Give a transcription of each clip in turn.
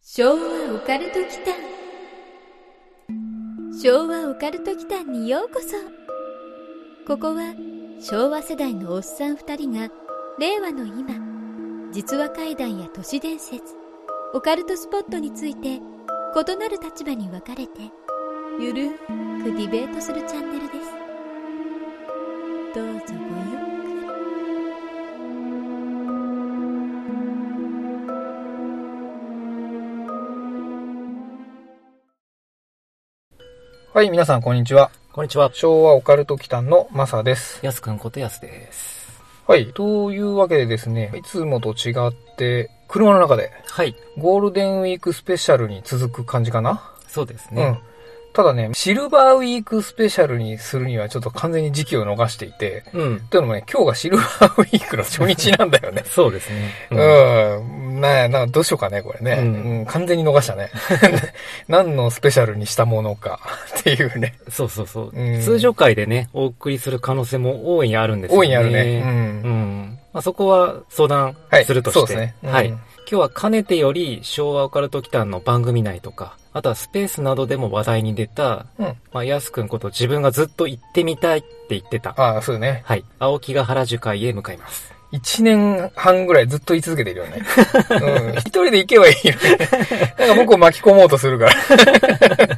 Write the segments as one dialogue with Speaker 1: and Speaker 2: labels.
Speaker 1: 昭和オカルト機関昭和オカルト機関にようこそここは昭和世代のおっさん2人が令和の今実話怪談や都市伝説オカルトスポットについて異なる立場に分かれてゆるーくディベートするチャンネルですどうぞごゆっくり
Speaker 2: はい、皆さん、こんにちは。
Speaker 3: こんにちは。
Speaker 2: 昭和オカルト機関のマサです。
Speaker 3: やすくんことやすです。
Speaker 2: はい、というわけでですね、いつもと違って、車の中で、
Speaker 3: はい。
Speaker 2: ゴールデンウィークスペシャルに続く感じかな、
Speaker 3: そうです
Speaker 2: う
Speaker 3: ね
Speaker 2: ん。。ただね、シルバーウィークスペシャルにするにはちょっと完全に時期を逃していて、
Speaker 3: うん。。
Speaker 2: というのもね、今日がシルバーウィークの初日なんだよね
Speaker 3: そうですね。
Speaker 2: うん。ねえ、などうしようかね、これね。
Speaker 3: うん
Speaker 2: うん、完全に逃したね。 何のスペシャルにしたものかっていうね。
Speaker 3: そうそうそう。
Speaker 2: うん
Speaker 3: 通常回でね、お送りする可能性も大いにあるんですよ
Speaker 2: 大
Speaker 3: ね。
Speaker 2: いにあるね。うん
Speaker 3: うん。まあ、そこは相談
Speaker 2: はい
Speaker 3: するとして。
Speaker 2: そうですねうん
Speaker 3: はい。今日はかねてより昭和オカルト機関の番組内とか、あとはスペースなどでも話題に出た、
Speaker 2: うん
Speaker 3: まあ、やすくんこと自分がずっと行ってみたいって言ってた。
Speaker 2: ああ、そうね。
Speaker 3: はい。青木ヶ原樹海へ向かいます。
Speaker 2: 一年半ぐらいずっと言い続けてるよね。 うん。一人で行けばいいのに、ね。なんか僕を巻き込もうとするから。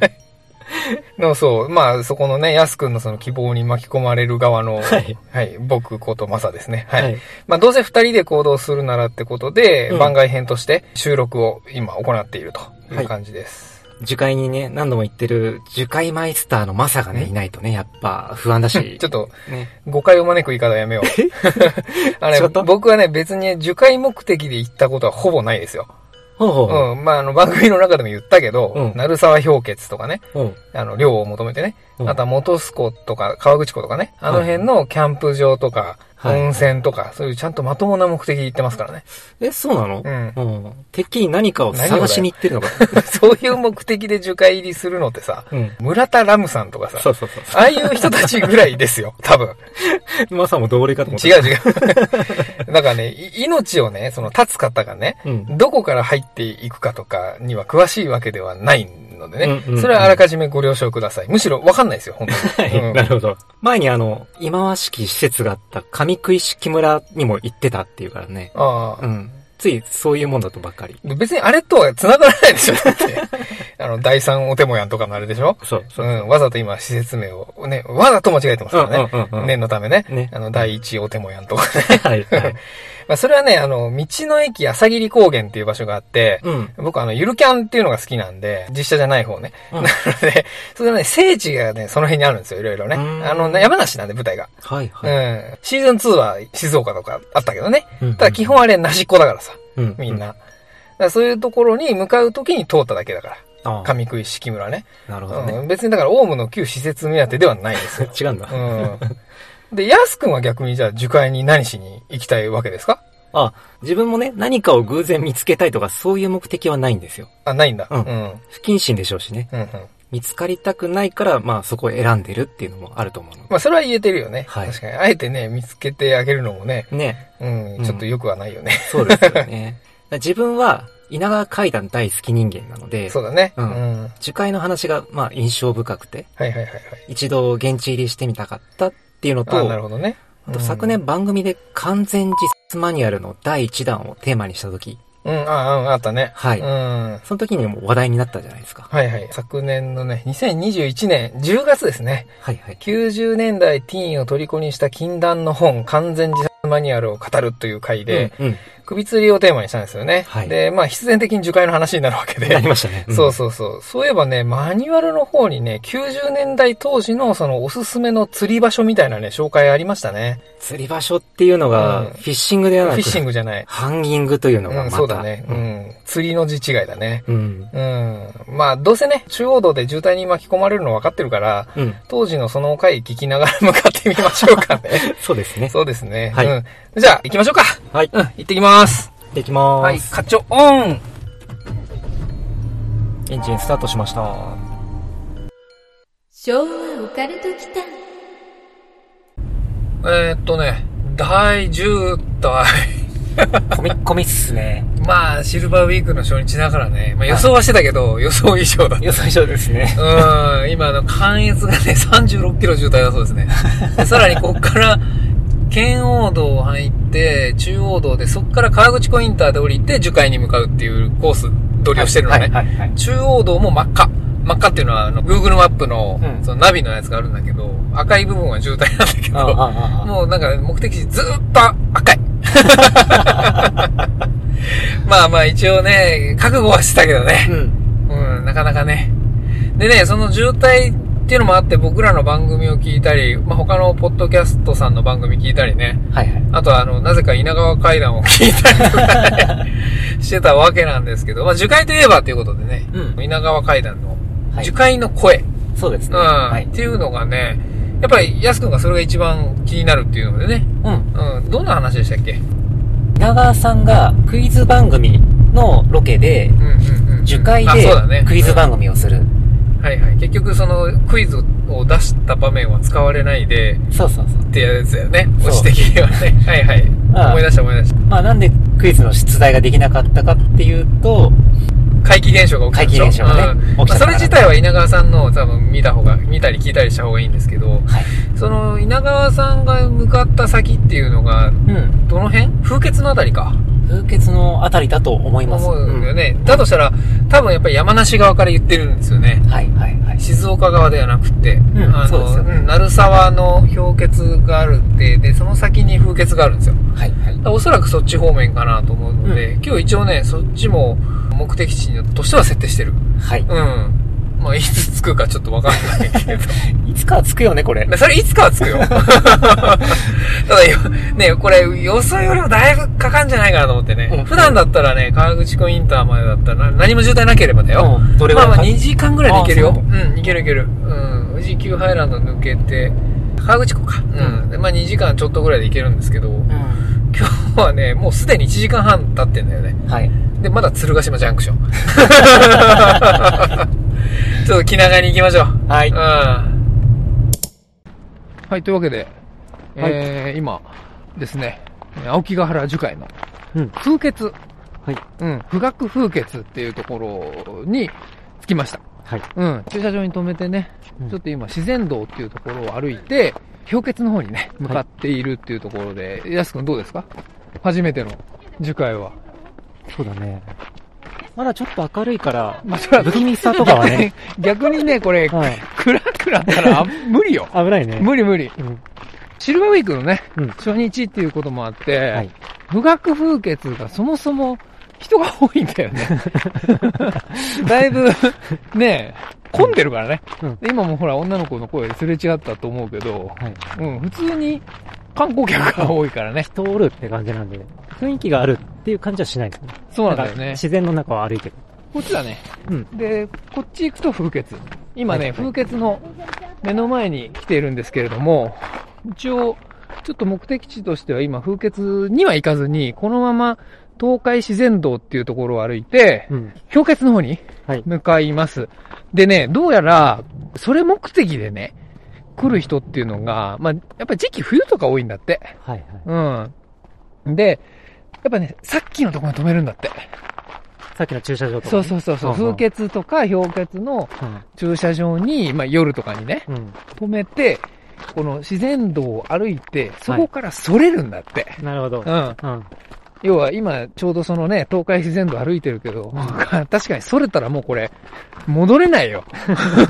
Speaker 2: でもそう、まあそこのね、やすくんのその希望に巻き込まれる側の、はい、
Speaker 3: い。
Speaker 2: 僕ことマサですね。は。
Speaker 3: はいい。
Speaker 2: まあどうせ二人で行動するならってことで、
Speaker 3: うん
Speaker 2: 番外編として収録を今行っているという感じです。
Speaker 3: 樹海にね、何度も行ってる樹海マイスターのマサがね、
Speaker 2: うん
Speaker 3: いないとね、やっぱ不安だ し。
Speaker 2: ちょっと
Speaker 3: ね。
Speaker 2: 誤解を招く言い方やめよう。 あ
Speaker 3: 違
Speaker 2: れ、
Speaker 3: った
Speaker 2: 僕はね、別に受会目的で行ったことはほぼないですよ。
Speaker 3: ほうほうほ
Speaker 2: うん、まあ、あの、番組の中でも言ったけど、
Speaker 3: うん
Speaker 2: 鳴沢氷結とかね、
Speaker 3: う。うん。
Speaker 2: あの、量を求めてね、
Speaker 3: うん
Speaker 2: あとは元栖湖とか川口湖とかね、あの辺のキャンプ場とか、
Speaker 3: はい
Speaker 2: 温泉とか、そういうちゃんとまともな目的で行ってますからね。
Speaker 3: え、そうなの
Speaker 2: うん。
Speaker 3: うん。てっきり何かを探しに行ってるのか。
Speaker 2: そういう目的で受会入りするのってさ、
Speaker 3: うん。
Speaker 2: 村田ラムさんとかさ、
Speaker 3: そうそうそう
Speaker 2: ああいう人たちぐらいです よ、多分。。
Speaker 3: マサも同類かと思った。
Speaker 2: 違う違う。 だからね、い命をね、その立つ方がね、
Speaker 3: うん。
Speaker 2: どこから入っていくかとかには詳しいわけではないのでね、
Speaker 3: うんうんうん
Speaker 2: それはあらかじめご了承ください。むしろわかんないですよ、本 当
Speaker 3: は
Speaker 2: に。う
Speaker 3: い。
Speaker 2: ん
Speaker 3: なるほど。前にあの、忌まわしき施設があった上食い式村にも行ってたっていうからね。
Speaker 2: ああ
Speaker 3: うん。ついそういうもんだとばっかり。
Speaker 2: 別にあれとは繋がらないでしょ、だって。 あの、第三お手もやんとかのあれでしょ
Speaker 3: そうそうう。
Speaker 2: ん、わざと今施設名を、ね、わざと間違えてますからね。
Speaker 3: うんうんうんうん
Speaker 2: 念のためね。
Speaker 3: ね
Speaker 2: あの、第一お手もやんとか。
Speaker 3: はい。はい。
Speaker 2: まあ、それはね、あの、道の駅朝霧高原っていう場所があって、
Speaker 3: うん。
Speaker 2: 僕あの、ゆるキャンっていうのが好きなんで、実写じゃない方ね。
Speaker 3: うん
Speaker 2: なので、それでね、聖地がね、その辺にあるんですよ、いろいろね。
Speaker 3: うん
Speaker 2: あの、ね山梨なんで、舞台が。
Speaker 3: はいはい。
Speaker 2: うん。シーズン2は静岡とかあったけどね。
Speaker 3: うん
Speaker 2: ただ基本あれ、なしっこだからさ、
Speaker 3: うん
Speaker 2: みんな。だからそういうところに向かうときに通っただけだから。
Speaker 3: ああ。
Speaker 2: 上食い式村ね。
Speaker 3: なるほど
Speaker 2: う
Speaker 3: ね。
Speaker 2: ん、別にだから、オウムの旧施設目当てではないですよ。
Speaker 3: 違うんだ。
Speaker 2: うん。で、ヤス君は逆にじゃあ、樹海に何しに行きたいわけですか
Speaker 3: あ、自分もね、何かを偶然見つけたいとか、そういう目的はないんですよ。
Speaker 2: あ、ないんだ。
Speaker 3: うん
Speaker 2: うん。
Speaker 3: 不謹慎でしょうしね。
Speaker 2: うんうん。
Speaker 3: 見つかりたくないから、まあそこを選んでるっていうのもあると思うの
Speaker 2: まあ、それは言えてるよね。
Speaker 3: はい
Speaker 2: 確かに。あえてね、見つけてあげるのもね、
Speaker 3: で。ね。
Speaker 2: うん、ちょっと良くはないよね。
Speaker 3: そうですよね。自分は、稲川階段大好き人間なので、
Speaker 2: そうだね。う。
Speaker 3: うんん
Speaker 2: はい
Speaker 3: 樹海の話が、まあ印象深くて、
Speaker 2: はいはいはい。
Speaker 3: 一度現地入りしてみたかったっていうの
Speaker 2: あ、なる
Speaker 3: と、
Speaker 2: ほどね。
Speaker 3: あと昨年番組で完全実質マニュアルの第1弾をテーマにした時、
Speaker 2: うん、うん、あ、うん、あったね。
Speaker 3: はい
Speaker 2: うん。
Speaker 3: その時にも話題になったじゃないですか。
Speaker 2: はいはい。昨年のね、2021年10月ですね。
Speaker 3: はいはい。
Speaker 2: 90年代ティーンを虜にした禁断の本、完全自殺マニュアルを語るという回で、
Speaker 3: うん、うん。
Speaker 2: 首吊りをテーマにしたんですよね。
Speaker 3: はい
Speaker 2: で、まあ必然的に樹海の話になるわけ
Speaker 3: なり
Speaker 2: で。
Speaker 3: ましたね。ん
Speaker 2: そうそうそう。そういえばね、マニュアルの方にね、90年代当時のそのおすすめの釣り場所みたいなね、紹介ありましたね。
Speaker 3: 釣り場所っていうの
Speaker 2: うん
Speaker 3: が、フィッシングで
Speaker 2: フ
Speaker 3: は
Speaker 2: ィ
Speaker 3: な
Speaker 2: ッ
Speaker 3: く、
Speaker 2: シングじゃない。
Speaker 3: ハンギングというのが
Speaker 2: う
Speaker 3: また、
Speaker 2: ん、そうだね。う
Speaker 3: うん
Speaker 2: ん。釣りの字違いだね。
Speaker 3: うん。
Speaker 2: うん。まあ、どうせね、中央道で渋滞に巻き込まれるの分かってるから、
Speaker 3: うん。
Speaker 2: 当時のその回聞きながら向かってみましょうか ね。
Speaker 3: そうですね。
Speaker 2: そうですね。
Speaker 3: はい
Speaker 2: うん。じゃあ、行きましょうか。
Speaker 3: はい。
Speaker 2: うん、行ってきます。
Speaker 3: できま
Speaker 2: はい、
Speaker 3: ーす。
Speaker 2: 課長オン
Speaker 3: エンジンスタートしました。
Speaker 1: 昭和オカルト機関
Speaker 2: えー、っとね、大渋滞。
Speaker 3: 込み込みっすね。
Speaker 2: まあ、シルバーウィークの初日だからね。まあ予想はしてたけど、予想以上だった。
Speaker 3: 予想以上ですね。
Speaker 2: うーん、今あの関越がね、36キロ渋滞だそうですね。でさらにこっから、圏央道を入って、中央道で、そっから川口湖インターで降りて、樹海に向かうっていうコース取りをしてるのね。
Speaker 3: はいはいはい。
Speaker 2: 中央道も真っ赤。真っ赤っていうのは、あの、Google マップの
Speaker 3: う、ん
Speaker 2: そのナビのやつがあるんだけど、赤い部分は渋滞なんだけ
Speaker 3: ああ
Speaker 2: ど、
Speaker 3: あああ
Speaker 2: もうなんか目的地ずーっと赤い。 まあまあ一応ね、覚悟はしてたけどね
Speaker 3: あ。う
Speaker 2: う
Speaker 3: ん。
Speaker 2: ん、なかなかね。でね、その渋滞っていうのもあって、僕らの番組を聞いたり、まあ、他のポッドキャストさんの番組聞いたりね。
Speaker 3: はいはい。
Speaker 2: あとは、あの、なぜか稲川階段を聞いたりとかねしてたわけなんですけど、まあ、樹海といえばということでね、
Speaker 3: うん
Speaker 2: 稲川階段の、
Speaker 3: はい
Speaker 2: 樹海の声、
Speaker 3: そうです
Speaker 2: うん
Speaker 3: ね。はい
Speaker 2: っ。ていうのがね、やっぱり、やすくんがそれが一番気になるっていうのでね、
Speaker 3: うん。
Speaker 2: うん、どんな話でしたっけうん
Speaker 3: 長川さんがクイズ番組のロケで、
Speaker 2: うんうん。
Speaker 3: 樹海
Speaker 2: あ
Speaker 3: で
Speaker 2: そうだね
Speaker 3: クイズ番組をする。
Speaker 2: はいはい。結局、その、クイズを出した場面は使われないで、
Speaker 3: そうそうそう。
Speaker 2: ってやつだよね。
Speaker 3: そう
Speaker 2: 落ちてきてはね。はいはい。
Speaker 3: ああ
Speaker 2: 思い出した思い出した。
Speaker 3: まあなんでクイズの出題ができなかったかっていうと、
Speaker 2: 怪奇現象が起きたでしょ
Speaker 3: 怪奇現象がね
Speaker 2: うん
Speaker 3: 起きたか
Speaker 2: ま
Speaker 3: ら
Speaker 2: あそれ自体は稲川さんのを多分見た方が、見たり聞いたりした方がいいんですけど、
Speaker 3: はい。
Speaker 2: その稲川さんが向かった先っていうのが、
Speaker 3: うん。
Speaker 2: どの辺風穴のあたりか。
Speaker 3: 風穴のあたりだと思います。
Speaker 2: 思うんだよ
Speaker 3: ん
Speaker 2: ね。だとしたら、多分やっぱり山梨側から言ってるんですよね。
Speaker 3: はいはいはい。
Speaker 2: 静岡側ではなくて、
Speaker 3: ん
Speaker 2: あ
Speaker 3: そうです
Speaker 2: の、
Speaker 3: よね
Speaker 2: ん鳴沢の氷結があるって、で、その先に風穴があるんですよ。
Speaker 3: はいはい。
Speaker 2: おそらくそっち方面かなと思うので、今日一応ね、そっちも目的地としては設定してる。
Speaker 3: はい。
Speaker 2: うん。まあ、いつ着くかちょっとわかんないけど。
Speaker 3: いつかはつくよね、これ。
Speaker 2: まあそれいつかは着 くよ。ただよ、ね、これ予想よりもだいぶかかんじゃないかなと思ってね。
Speaker 3: うん
Speaker 2: 普段だったらね、川口湖インターまでだったらな何も渋滞なければだよ。
Speaker 3: うん。どれぐ
Speaker 2: ま
Speaker 3: ら
Speaker 2: あ
Speaker 3: い
Speaker 2: まあ
Speaker 3: か
Speaker 2: 2時間ぐらいで行けるよ。
Speaker 3: あ
Speaker 2: う、
Speaker 3: そうん
Speaker 2: 行ける行ける。うん、富士急ハイランド抜けて、川口湖か。うん。でまあ2時間ちょっとぐらいで行けるんですけど、
Speaker 3: うん
Speaker 2: 今日はね、もうすでに1時間半経ってんだよね。
Speaker 3: はい。
Speaker 2: で、まだ鶴ヶ島ジャンクショ ン。 ちょっと気長に行きましょう。。
Speaker 3: はいう
Speaker 2: ん。はい、というわけで、えー今ですね、青木ヶ原樹海の
Speaker 3: うん
Speaker 2: 風穴、
Speaker 3: はい。
Speaker 2: うん、富岳風穴っていうところに着きました。
Speaker 3: はい。
Speaker 2: うん、駐車場に止めてね、
Speaker 3: うん
Speaker 2: ちょっと今自然道っていうところを歩いて、氷結の方にね、向かっているっていうところで、やすくんどうですか初めての樹海は。
Speaker 3: そうだね。まだちょっと明るいから、
Speaker 2: まあ、それは
Speaker 3: 不気味さとかはね。
Speaker 2: 逆にね、これ、
Speaker 3: はい。
Speaker 2: 暗くなったらあ無理よ。
Speaker 3: 危ないね。
Speaker 2: 無理無理。
Speaker 3: うん。
Speaker 2: シルバーウィークのね、
Speaker 3: うん
Speaker 2: 初日っていうこともあって、
Speaker 3: はい
Speaker 2: 富岳風穴がそもそも人が多いんだよ ね。だいぶ、ね混んでるからね、
Speaker 3: うん
Speaker 2: で今もほら女の子の声ですれ違ったと思うけど、
Speaker 3: はい。
Speaker 2: うん、普通に観光客が多いからね。
Speaker 4: 人おるって感じなんで、雰囲気があるっていう感じはしないですね。
Speaker 2: そうなんだ
Speaker 4: な
Speaker 2: よ
Speaker 4: んか
Speaker 2: ね。
Speaker 4: 自然の中を歩いてる。
Speaker 2: こっちだね。
Speaker 4: うん
Speaker 2: で、こっち行くと風穴。今ね、
Speaker 4: はい
Speaker 2: 風穴の目の前に来ているんですけれども、一応、ちょっと目的地としては今、風穴には行かずに、このまま東海自然道っていうところを歩いて、
Speaker 4: うん。
Speaker 2: 氷結の方に
Speaker 4: はい
Speaker 2: 向かいます。でね、どうやら、それ目的でね、来る人っていうのが、まあ、やっぱり時期冬とか多いんだって。
Speaker 4: はいはい。
Speaker 2: うん。で、やっぱね、さっきのところに止めるんだって。
Speaker 4: さっきの駐車場とか、ね。
Speaker 2: そうそうそうそう。
Speaker 4: うんうん
Speaker 2: 風穴とか氷結の駐車場に、まあ夜とかにね、
Speaker 4: うん。うん。
Speaker 2: 止めて、この自然道を歩いて、そこから逸れるんだって。
Speaker 4: なるほど。
Speaker 2: うん。
Speaker 4: うん。
Speaker 2: 要は今、ちょうどそのね、東海自然道歩いてるけど、確かにそれたらもうこれ、戻れないよ。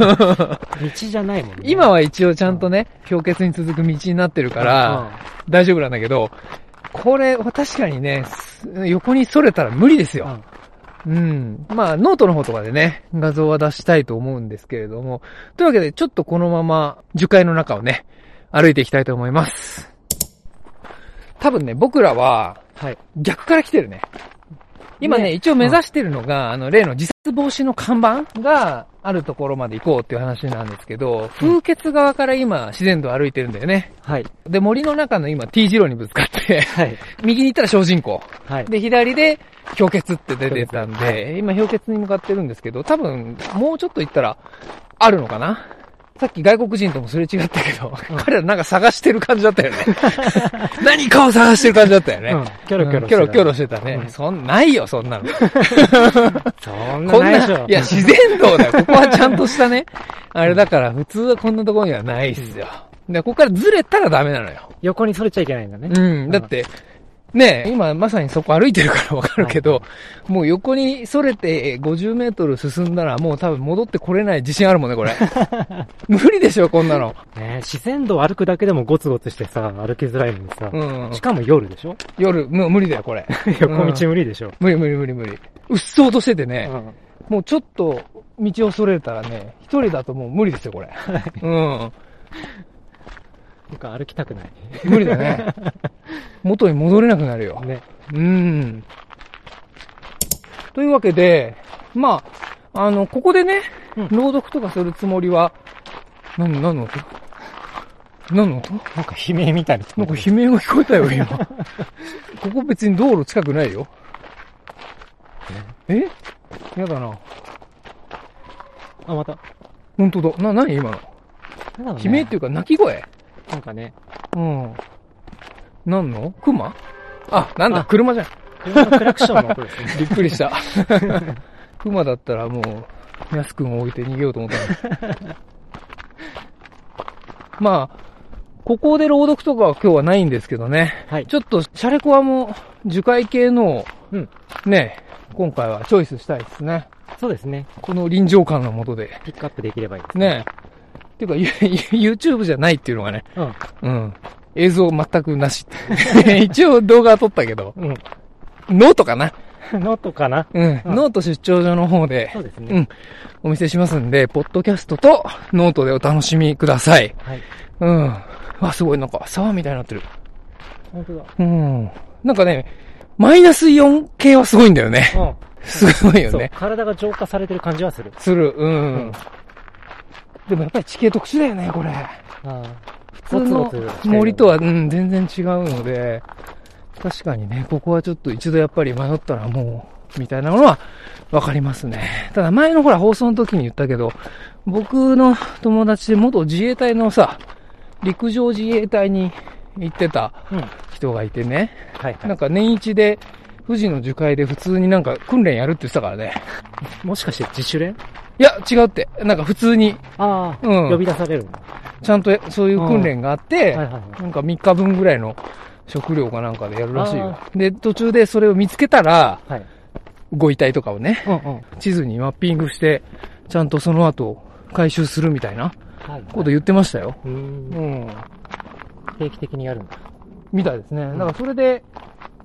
Speaker 4: 道じゃないもんね。
Speaker 2: 今は一応ちゃんとね、氷結に続く道になってるから、大丈夫なんだけど、これは確かにね、す横に逸れたら無理です
Speaker 4: う
Speaker 2: よ。
Speaker 4: ん、
Speaker 2: うん。まあ、ノートの方とかでね、画像は出したいと思うんですけれども。というわけで、ちょっとこのまま、樹海の中をね、歩いていきたいと思います。多分ね、僕らは、
Speaker 4: はい
Speaker 2: 逆から来てるね。今ね、
Speaker 4: ね
Speaker 2: 一応目指してるのが、あの、例の自殺防止の看板があるところまで行こうっていう話なんですけど、風穴側から今、自然道歩いてるんだよね。
Speaker 4: はい。
Speaker 2: で、森の中の今、T 字路にぶつかって、
Speaker 4: はい。
Speaker 2: 右に行ったら小人口。
Speaker 4: はい。
Speaker 2: で、左で、氷結って出てたんで、今氷結に向かってるんですけど、多分、もうちょっと行ったら、あるのかなさっき外国人ともすれ違ったけど、彼らなんか探してる感じだ ったよね。何かを探してる感じだったよね。
Speaker 3: うんキョロキョロ
Speaker 2: うんキョロキョロしてた
Speaker 3: う
Speaker 2: ね。
Speaker 3: ん
Speaker 2: そん、ないよ、そんなの。
Speaker 3: そんな
Speaker 2: こん
Speaker 3: ない
Speaker 2: な、
Speaker 3: でしょ。
Speaker 2: いや、自然道 だよ。ここはちゃんとしたね。あれだから、普通はこんなところにはないっすよ。で、ここからずれたらダメなのよ。
Speaker 3: 横にそれちゃいけないんだね。
Speaker 2: うん。だって、ねえ、今まさにそこ歩いてるからわかるけど、もう横にそれて50メートル進んだらもう多分戻ってこれない自信あるもんね、こ れ。無理でしょ、こんなの。
Speaker 3: ね自然道歩くだけでもゴツゴツしてさ、歩きづらいのにさ
Speaker 2: う、ん
Speaker 3: し。かも夜でしょ
Speaker 2: 夜、もう無理だよ、これ。
Speaker 3: 横道無理でしょ。
Speaker 2: 無理無理無理無理。うっそうとしててね、
Speaker 3: うん
Speaker 2: もうちょっと道をそれたらね、一人だともう無理ですよ、これ。うん。
Speaker 3: 僕は歩きたくない。
Speaker 2: 無理だ ね。元に戻れなくなるよ。
Speaker 3: ね。
Speaker 2: うん。というわけで、まあ、あの、ここでね、
Speaker 3: うん
Speaker 2: 朗読とかするつもりは、何、何の音何の音
Speaker 3: なんか悲鳴みたいな。
Speaker 2: なんか悲鳴が聞こえた よ、今。ここ別に道路近くないよ。えやだな。
Speaker 3: あ、また。
Speaker 2: 本当だ。な、何今の
Speaker 3: 悲
Speaker 2: 悲鳴っていうか、鳴き声
Speaker 3: なんかね、
Speaker 2: うん。何の熊あ、なんだ、
Speaker 3: あ
Speaker 2: 車じゃん。
Speaker 3: 車のクラクションの音ですね。
Speaker 2: びっくりした。熊だったらもう、安くんを置いて逃げようと思ったのにまあ、ここで朗読とかは今日はないんですけどね。
Speaker 3: はい。
Speaker 2: ちょっと、シャレコアも、樹海系のを、
Speaker 3: うん
Speaker 2: ね、今回はチョイスしたいですね。
Speaker 3: そうですね。
Speaker 2: この臨場感のもとで。
Speaker 3: ピックアップできればいいです。
Speaker 2: ね。てか、ゆ YouTube じゃないっていうのがね。
Speaker 3: うん。
Speaker 2: うん。映像全くなしっていう 一応動画は撮ったけど、
Speaker 3: うん。
Speaker 2: ノートかな
Speaker 3: ノートかな
Speaker 2: うん。
Speaker 3: うん
Speaker 2: ノート出張所の方で、
Speaker 3: そうですね。
Speaker 2: うん、お見せしますんで、ポッドキャストとノートでお楽しみください。
Speaker 3: はい。
Speaker 2: うん。わ、すごい、なんか、沢みたいになってる。
Speaker 3: 本当だ。
Speaker 2: うん。なんかね、マイナス4系はすごいんだよね。
Speaker 3: うん。
Speaker 2: すごいよ
Speaker 3: そう
Speaker 2: ね。。
Speaker 3: 体が浄化されてる感じはする。
Speaker 2: する、うん。
Speaker 3: うん
Speaker 2: でもやっぱり地形特殊だよね、これ。
Speaker 3: あ
Speaker 2: 普通の森とは、うん、全然違うので、確かにね、ここはちょっと一度やっぱり迷ったらもう、みたいなものはわかりますね。ただ前のほら放送の時に言ったけど、僕の友達で元自衛隊のさ、陸上自衛隊に行ってた
Speaker 3: うん。
Speaker 2: 人がいてね、
Speaker 3: はいは
Speaker 2: なんか年一で、富士の樹海で普通になんか訓練やるって言ってたからね。
Speaker 3: い。もしかして自主練
Speaker 2: いや、違うって。なんか普通に、
Speaker 3: ああ、
Speaker 2: うん
Speaker 3: 呼び出されるんだ。
Speaker 2: ちゃんとそういう訓練があって、
Speaker 3: はいはいはい。
Speaker 2: なんか3日分ぐらいの食料かなんかでやるらしいよ
Speaker 3: あ。
Speaker 2: で、途中でそれを見つけたら、
Speaker 3: はい。
Speaker 2: ご遺体とかをね、
Speaker 3: うんうん。
Speaker 2: 地図にマッピングして、ちゃんとその後、回収するみたいな
Speaker 3: はい。
Speaker 2: こと言ってましたよ。
Speaker 3: うーん
Speaker 2: うん。
Speaker 3: 定期的にやるんだ。
Speaker 2: みたいですね。だからそれで、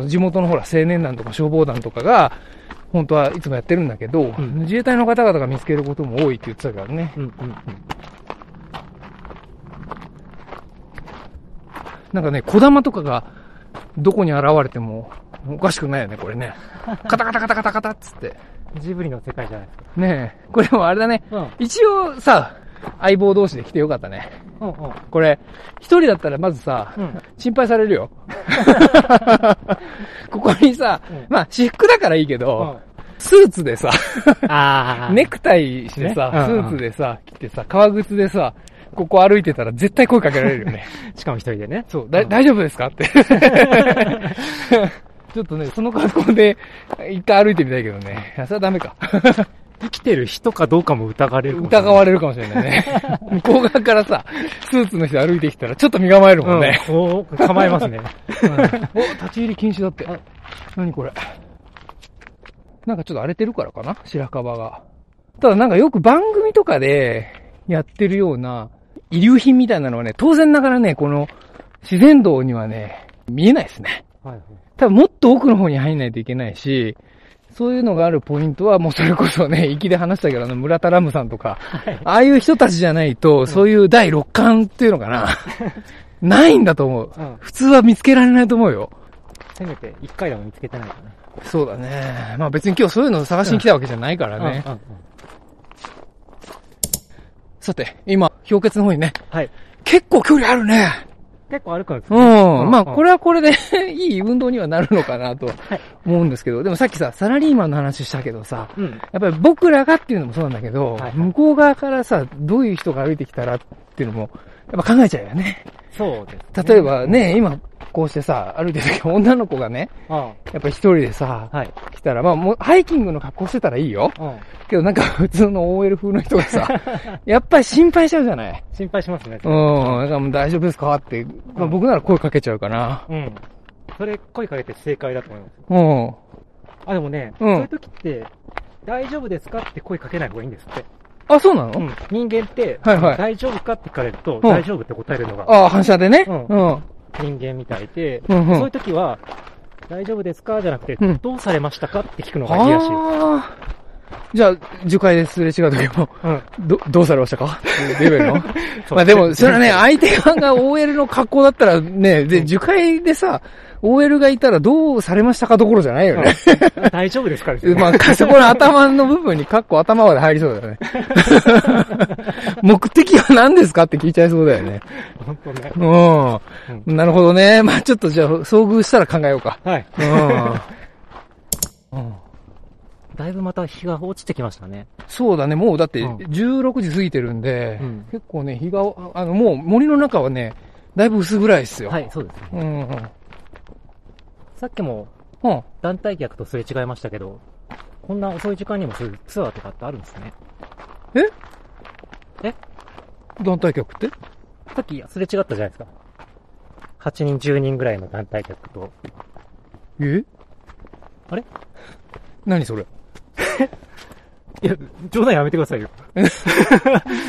Speaker 2: 地元のほら青年団とか消防団とかが、本当はいつもやってるんだけど、
Speaker 3: ん
Speaker 2: 自衛隊の方々が見つけることも多いって言ってたからね。
Speaker 3: うんうん
Speaker 2: なんかね、小玉とかが、どこに現れても、おかしくないよね、これね。カタカタカタカタカタっつって。
Speaker 3: うん。ジブリの世界じゃないですか。
Speaker 2: ねえ、これもあれだね。
Speaker 3: うん。
Speaker 2: 一応さ、相棒同士で来てよかったね。
Speaker 3: うんうん。
Speaker 2: これ、一人だったらまずさ、
Speaker 3: うん
Speaker 2: 心配される よ。ここにさ、
Speaker 3: うん
Speaker 2: まあ、私服だからいいけ
Speaker 3: う
Speaker 2: ど、
Speaker 3: ん。
Speaker 2: スーツでさ、
Speaker 3: ああ。
Speaker 2: ネクタイしてさ、
Speaker 3: ね
Speaker 2: ス
Speaker 3: うんうん
Speaker 2: ーツでさ、着てさ、革靴でさ、ここ歩いてたら絶対声かけられるよね。
Speaker 3: しかも一人でね。
Speaker 2: そう、だ、
Speaker 3: ん
Speaker 2: 大丈夫ですか って。ちょっとね、その格好で、一回歩いてみたいけどね。あそれはダメか。
Speaker 3: 生きてる人かどうかも疑われるかもしれない。
Speaker 2: 疑われるかもしれないね。 向こう側からさ、スーツの人歩いてきたら、ちょっと身構えるもんね。
Speaker 3: うん。こう、構えます ね。
Speaker 2: お、立ち入り禁止だって。何これ。なんかちょっと荒れてるからかな白樺が。ただなんかよく番組とかでやってるような遺留品みたいなのはね、当然ながらね、この自然道にはね、見えないですね。
Speaker 3: はいはい。
Speaker 2: 多分もっと奥の方に入んないといけないし、そういうのがあるポイントはもうそれこそね、 粋で話したけど、あの村田ラムさんとか、ああいう人たちじゃないと、そういう第六感っていうのか な、ないんだと思う。
Speaker 3: うん。
Speaker 2: 普通は見つけられないと思うよ。
Speaker 3: せめて一回でも見つけてないか
Speaker 2: そうだね。まあ別に今日そういうのを探しに来たわけじゃないから
Speaker 3: ら
Speaker 2: ね。
Speaker 3: ね。うんうんうん。
Speaker 2: さて、今、氷結の方にね、
Speaker 3: はい。
Speaker 2: 結構距離あるね。
Speaker 3: 結構歩くんです
Speaker 2: う。
Speaker 3: よねうんん
Speaker 2: ま
Speaker 3: う
Speaker 2: あ、
Speaker 3: ん
Speaker 2: これはこれで いい運動にはなるのかなとは思うんですけど、でもさっきさ、サラリーマンの話したけどさ、
Speaker 3: うん。
Speaker 2: やっぱり僕らがっていうのもそうなんだけど、
Speaker 3: はいはい
Speaker 2: 向こう側からさ、どういう人が歩いてきたらっていうのも、やっぱ考えちゃうよね。
Speaker 3: そうです。
Speaker 2: 例えばね、今、こうしてさ、歩いてる時女の子がね、
Speaker 3: うん。
Speaker 2: やっぱ一人でさ、
Speaker 3: はい。
Speaker 2: 来たら、まあもう、ハイキングの格好してたらいいよ。
Speaker 3: うん。
Speaker 2: けどなんか普通の OL 風の人が さ、やっぱり心配しちゃうじゃない。
Speaker 3: 心配しますね
Speaker 2: う。ん、だからもう大丈夫ですかって、まあ僕なら声かけちゃうかな。
Speaker 3: うん。それ、声かけて正解だと思います。
Speaker 2: うん。
Speaker 3: あ、でもね、
Speaker 2: うん
Speaker 3: そういう時って、大丈夫ですかって声かけない方がいいんですって。
Speaker 2: あ、そうなの、
Speaker 3: うん。人間って、
Speaker 2: はいはい
Speaker 3: 大丈夫かって聞かれると、
Speaker 2: うん
Speaker 3: 大丈夫って答えるのが
Speaker 2: ああ、反射でね。
Speaker 3: う
Speaker 2: うんん。うん。
Speaker 3: 人間みたいで、
Speaker 2: うん。
Speaker 3: そういう時は、大丈夫ですかじゃなくて、
Speaker 2: うん
Speaker 3: どうされましたかって聞くのがいいらしいよ。
Speaker 2: ああ。じゃあ、樹海ですれ違う時も、
Speaker 3: うん。
Speaker 2: ど、どうされましたかっていうレベ ルの
Speaker 3: そう
Speaker 2: まあでも、それはね、、相手側が OL の格好だったらね、で、樹海でさ、OL がいたらどうされましたかどころじゃないよね。
Speaker 3: うん大丈夫ですかですよね
Speaker 2: まあ、そこの頭の部分に、かっこ頭まで入りそうだよね。目的は何ですかって聞いちゃいそうだよね。
Speaker 3: 本当ね。
Speaker 2: うん。なるほどね。まあちょっとじゃあ、遭遇したら考えようか。
Speaker 3: はい。
Speaker 2: うん。うん
Speaker 3: だいぶまた日が落ちてきましたね。
Speaker 2: そうだね、もうだって
Speaker 3: うん
Speaker 2: 16時過ぎてるんで、
Speaker 3: うん
Speaker 2: 結構ね、日が、あの、もう森の中はね、だいぶ薄暗いですよ。
Speaker 3: はい、そうですね。
Speaker 2: うんうん。うん。
Speaker 3: さっきも
Speaker 2: うん。
Speaker 3: 団体客とすれ違いましたけど、こんな遅い時間にもそういうツアーとかってあるんですね。
Speaker 2: 団体客って
Speaker 3: さっきすれ違ったじゃないですか。8人、10人ぐらいの団体客と。
Speaker 2: え
Speaker 3: あれ
Speaker 2: 何それ
Speaker 3: いや、冗談やめてくださいよ。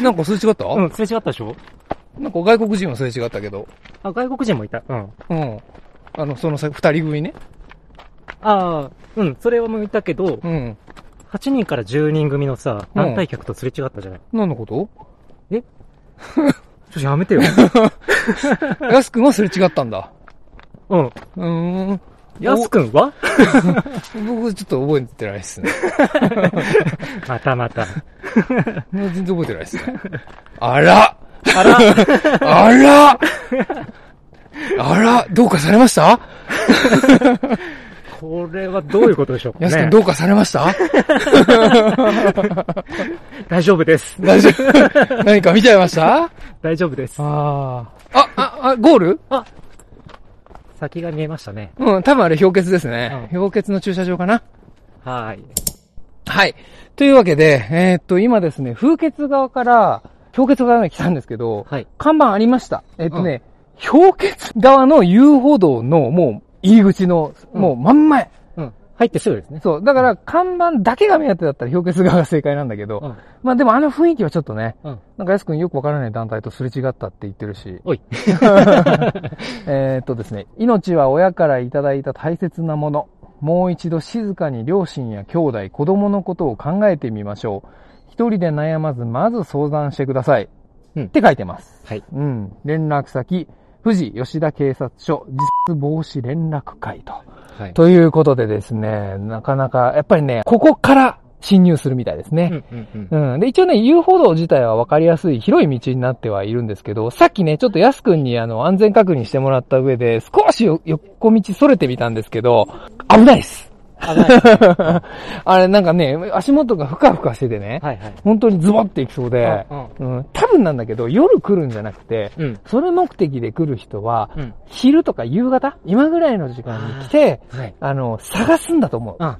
Speaker 2: なんかすれ違った、
Speaker 3: うん、すれ違ったでしょ
Speaker 2: なんか外国人はすれ違ったけど。
Speaker 3: あ、外国人もいた。うん。
Speaker 2: うん。あの、そのさ、二人組ね。
Speaker 3: ああ、うん、それはもういたけど、
Speaker 2: うん。
Speaker 3: 8人から10人組のさ、
Speaker 2: うん
Speaker 3: 団体客とすれ違ったじゃない。
Speaker 2: 何のこと
Speaker 3: ちょっとやめて よ。
Speaker 2: ヤス君はすれ違ったんだ。
Speaker 3: うん。
Speaker 2: うーん。
Speaker 3: やすくんは
Speaker 2: 僕ちょっと覚えてないですね。
Speaker 3: またまた。
Speaker 2: 全然覚えてないですね。あら
Speaker 3: あら、
Speaker 2: あらあらどうかされました
Speaker 3: これはどういうことでしょうか
Speaker 2: ヤス君
Speaker 3: ね。
Speaker 2: どうかされました、
Speaker 3: 大丈夫です。
Speaker 2: 大丈 夫何か見ちゃいましたあ
Speaker 3: 大丈夫です。
Speaker 2: あ。あ、あ、ゴール
Speaker 3: 先が見えましたね。
Speaker 2: うん、多分あれ氷結ですね。
Speaker 3: う
Speaker 2: 氷結の駐車場かな
Speaker 3: はーい。
Speaker 2: はい。というわけで、えーっと、今ですね、風穴側から、氷結側に来たんですけど、
Speaker 3: はい。
Speaker 2: 看板ありました。えーっとね、氷結側の遊歩道の、もう、入り口の、もう真ん前。
Speaker 3: うん。入ってすぐですね。
Speaker 2: そう。だから、看板だけが目当てだったら氷結側が正解なんだけど、
Speaker 3: うん
Speaker 2: まあでもあの雰囲気はちょっとね、
Speaker 3: うん
Speaker 2: なんか安くんよくわからない団体とすれ違ったって言ってるし、
Speaker 3: おい。
Speaker 2: えーっとですね、命は親からいただいた大切なもの。もう一度静かに両親や兄弟、子供のことを考えてみましょう。一人で悩まず、まず相談してください。
Speaker 3: うん
Speaker 2: って書いてます。
Speaker 3: はい。
Speaker 2: うん。連絡先、富士吉田警察署、自殺防止連絡会と。
Speaker 3: はい。
Speaker 2: ということでですね、なかなか、やっぱりね、ここから侵入するみたいですね。
Speaker 3: うんうんうん。
Speaker 2: うん。で、一応ね、遊歩道自体は分かりやすい広い道になってはいるんですけど、さっきね、ちょっと安くんにあの、安全確認してもらった上で、少しよ横道逸れてみたんですけど、危ないです。
Speaker 3: 危ない。
Speaker 2: あれ、なんかね、足元がふかふかしててね、
Speaker 3: はいはい。
Speaker 2: 本当にズボっていきそうで、
Speaker 3: うん
Speaker 2: うん、多分なんだけど、夜来るんじゃなくて、
Speaker 3: うん。
Speaker 2: それ目的で来る人は、
Speaker 3: うん。
Speaker 2: 昼とか夕方今ぐらいの時間に来て、
Speaker 3: はい。
Speaker 2: あの、探すんだと思う。
Speaker 3: あ、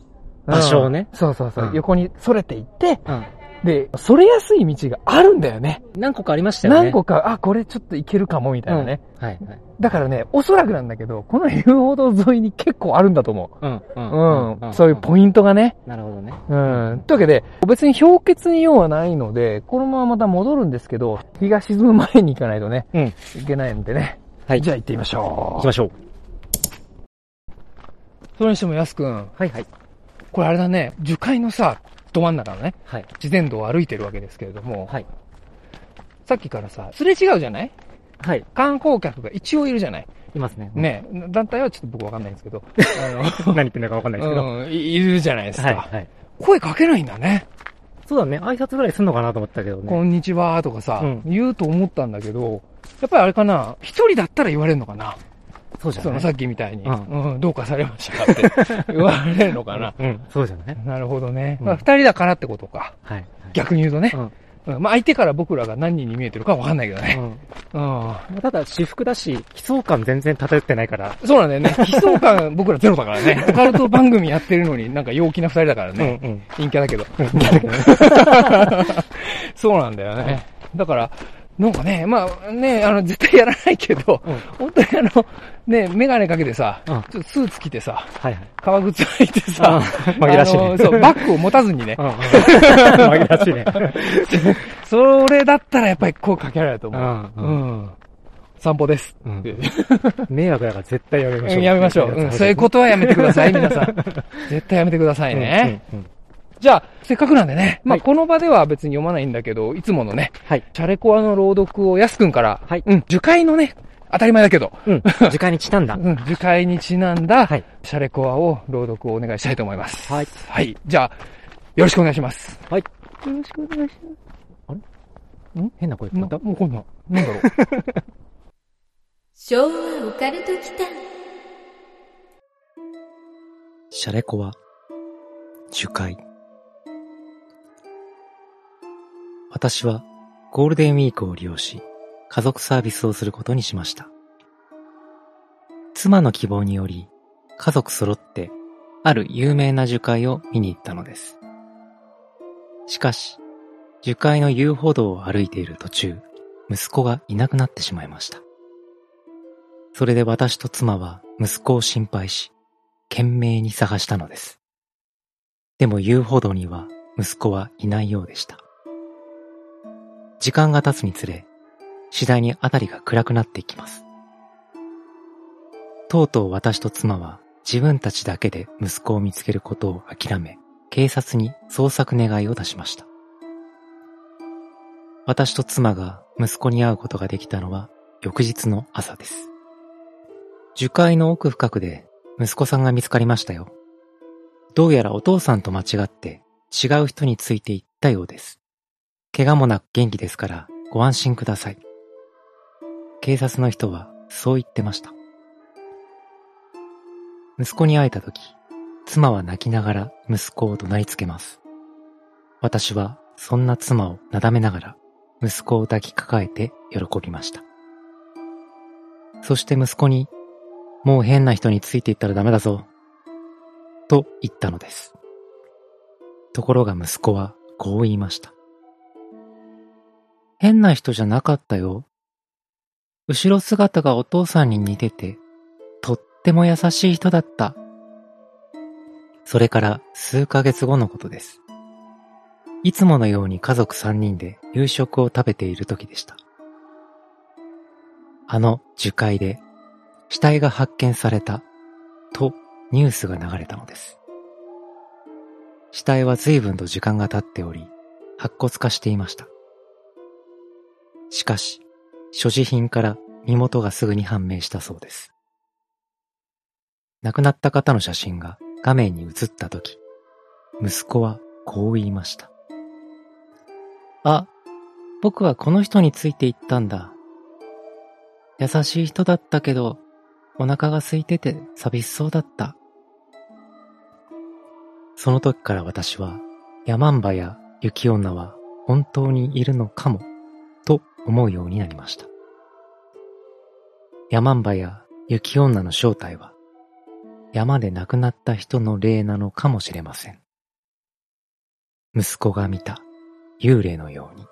Speaker 3: 場所をね
Speaker 2: うんそうそうそう。
Speaker 3: うん
Speaker 2: 横に逸れていって、
Speaker 3: うん。
Speaker 2: で、それやすい道があるんだよね。
Speaker 3: 何個かありましたよね。
Speaker 2: 何個か、あ、これちょっといけるかも、みたいなね。
Speaker 3: はいはい。
Speaker 2: だからね、おそらくなんだけど、この遊歩道沿いに結構あるんだと思
Speaker 3: うんう
Speaker 2: う。
Speaker 3: ん。
Speaker 2: うん。そういう
Speaker 3: イン
Speaker 2: ポイントがね。
Speaker 3: ト。なるほどね。
Speaker 2: うん。というわけで、別に氷結に用はないので、このまままた戻るんですけど、日が沈む前に行かないとね、
Speaker 3: うん
Speaker 2: いけないんでね。
Speaker 3: はい
Speaker 2: じゃあ行ってみましょ
Speaker 3: 行き
Speaker 2: う。
Speaker 3: ましょう。
Speaker 2: それにしても、やすくん、
Speaker 3: はいはい。
Speaker 2: これあれだね、樹海のさ、ど真ん中のね、
Speaker 3: はい。
Speaker 2: 自然道を歩いてるわけですけれども、
Speaker 3: はい。
Speaker 2: さっきからさ、すれ違うじゃない
Speaker 3: はい。
Speaker 2: 観光客が一応いるじゃない
Speaker 3: いますね。
Speaker 2: ね、団体はちょっと僕わかんないんですけど、
Speaker 3: 何言ってんだかわかんないですけど。
Speaker 2: うん、いいるじゃないですか、
Speaker 3: はいはい。
Speaker 2: 声かけないんだね。
Speaker 3: そうだね。挨拶ぐらいすんのかなと思ったけどね。
Speaker 2: こんにちはとかさ、
Speaker 3: うん
Speaker 2: 言うと思ったんだけど、やっぱりあれかな、一人だったら言われるのかな。
Speaker 3: そうじゃ
Speaker 2: そ
Speaker 3: な
Speaker 2: の
Speaker 3: い
Speaker 2: さっきみたいに、
Speaker 3: う
Speaker 2: うんん、どうかされましたかって 言われるのかな。
Speaker 3: うん、そうじゃない
Speaker 2: なるほどね。
Speaker 3: うん
Speaker 2: まあ、二人だからってことか。
Speaker 3: はい。
Speaker 2: 逆に言うとね。
Speaker 3: うん
Speaker 2: うんまあ、相手から僕らが何人に見えてるかわかんないけどね。
Speaker 3: う
Speaker 2: うん。
Speaker 3: ん。ただ、私服だし、悲壮感全然漂ってないから。
Speaker 2: そうなんだよね。悲壮感僕らゼロだから ね。オカルト番組やってるのになんか陽気な二人だから
Speaker 3: うんう
Speaker 2: ね。
Speaker 3: ん。
Speaker 2: 陰キャだけど。 そうなんだよね。だから、なんかね、まあね、あの、絶対やらないけど、
Speaker 3: うん
Speaker 2: 本当にあの、ね、メガネかけてさ、
Speaker 3: うん
Speaker 2: ちょっとスーツ着てさ、
Speaker 3: はいはい。
Speaker 2: 革靴履いてさ、
Speaker 3: うん紛らわしいね
Speaker 2: あの そう、バッグを持たずにね
Speaker 3: う、んうん。紛らわしいね。
Speaker 2: それだったらやっぱり声かけられると
Speaker 3: う
Speaker 2: 思う。う
Speaker 3: んうん。
Speaker 2: ん。散歩です。
Speaker 3: うん
Speaker 2: って
Speaker 3: 迷惑だから絶対やめましょう。
Speaker 2: やめましょう。うんそういうことはやめてください、皆さ ん。絶対やめてくださ
Speaker 3: と
Speaker 2: いね。。じゃあ、せっかくなんでね、まあ、この場では別に読まないんだけど、いつものね、
Speaker 3: はい
Speaker 2: チャレコアの朗読をやすくんから、
Speaker 3: はい
Speaker 2: うん、樹海のね、当たり前だけど、
Speaker 3: うん。うん時間にちなんだ。
Speaker 2: うん、樹海にちなんだ、
Speaker 3: はい
Speaker 2: シャレコアを朗読をお願いしたいと思います。
Speaker 3: はい。
Speaker 2: はい。じゃあ、よろしくお願いします。
Speaker 3: はい。よろしくお願いします。あれん変な声聞こえた
Speaker 2: もうこんな、なんだろう。
Speaker 1: 昭和オカルト祈間
Speaker 5: シャレコは、樹海。私は、ゴールデンウィークを利用し、家族サービスをすることにしました。妻の希望により、家族揃って、ある有名な樹海を見に行ったのです。しかし、樹海の遊歩道を歩いている途中、息子がいなくなってしまいました。それで私と妻は息子を心配し、懸命に探したのです。でも遊歩道には息子はいないようでした。時間が経つにつれ、次第に辺りが暗くなっていきます。とうとう私と妻は自分たちだけで息子を見つけることを諦め、警察に捜索願いを出しました。私と妻が息子に会うことができたのは翌日の朝です。樹海の奥深くで息子さんが見つかりましたよ。どうやらお父さんと間違って違う人についていったようです。怪我もなく元気ですからご安心ください。警察の人はそう言ってました。息子に会えた時、妻は泣きながら息子を怒鳴りつけます。私はそんな妻をなだめながら息子を抱きかかえて喜びました。そして息子にもう変な人についていったらダメだぞ。と言ったのです。ところが息子はこう言いました。変な人じゃなかったよ。後ろ姿がお父さんに似てて、とっても優しい人だった。それから数ヶ月後のことです。いつものように家族3人で夕食を食べている時でした。あの樹海で死体が発見された、とニュースが流れたのです。死体は随分と時間が経っており、白骨化していました。しかし、所持品から身元がすぐに判明したそうです。亡くなった方の写真が画面に映った時、息子はこう言いました。あ、僕はこの人について行ったんだ。優しい人だったけど、お腹が空いてて寂しそうだった。その時から私は、ヤマンバや雪女は本当にいるのかも、と思うようになりました。ヤマンバや雪女の正体は、山で亡くなった人の霊なのかもしれません。息子が見た幽霊のように。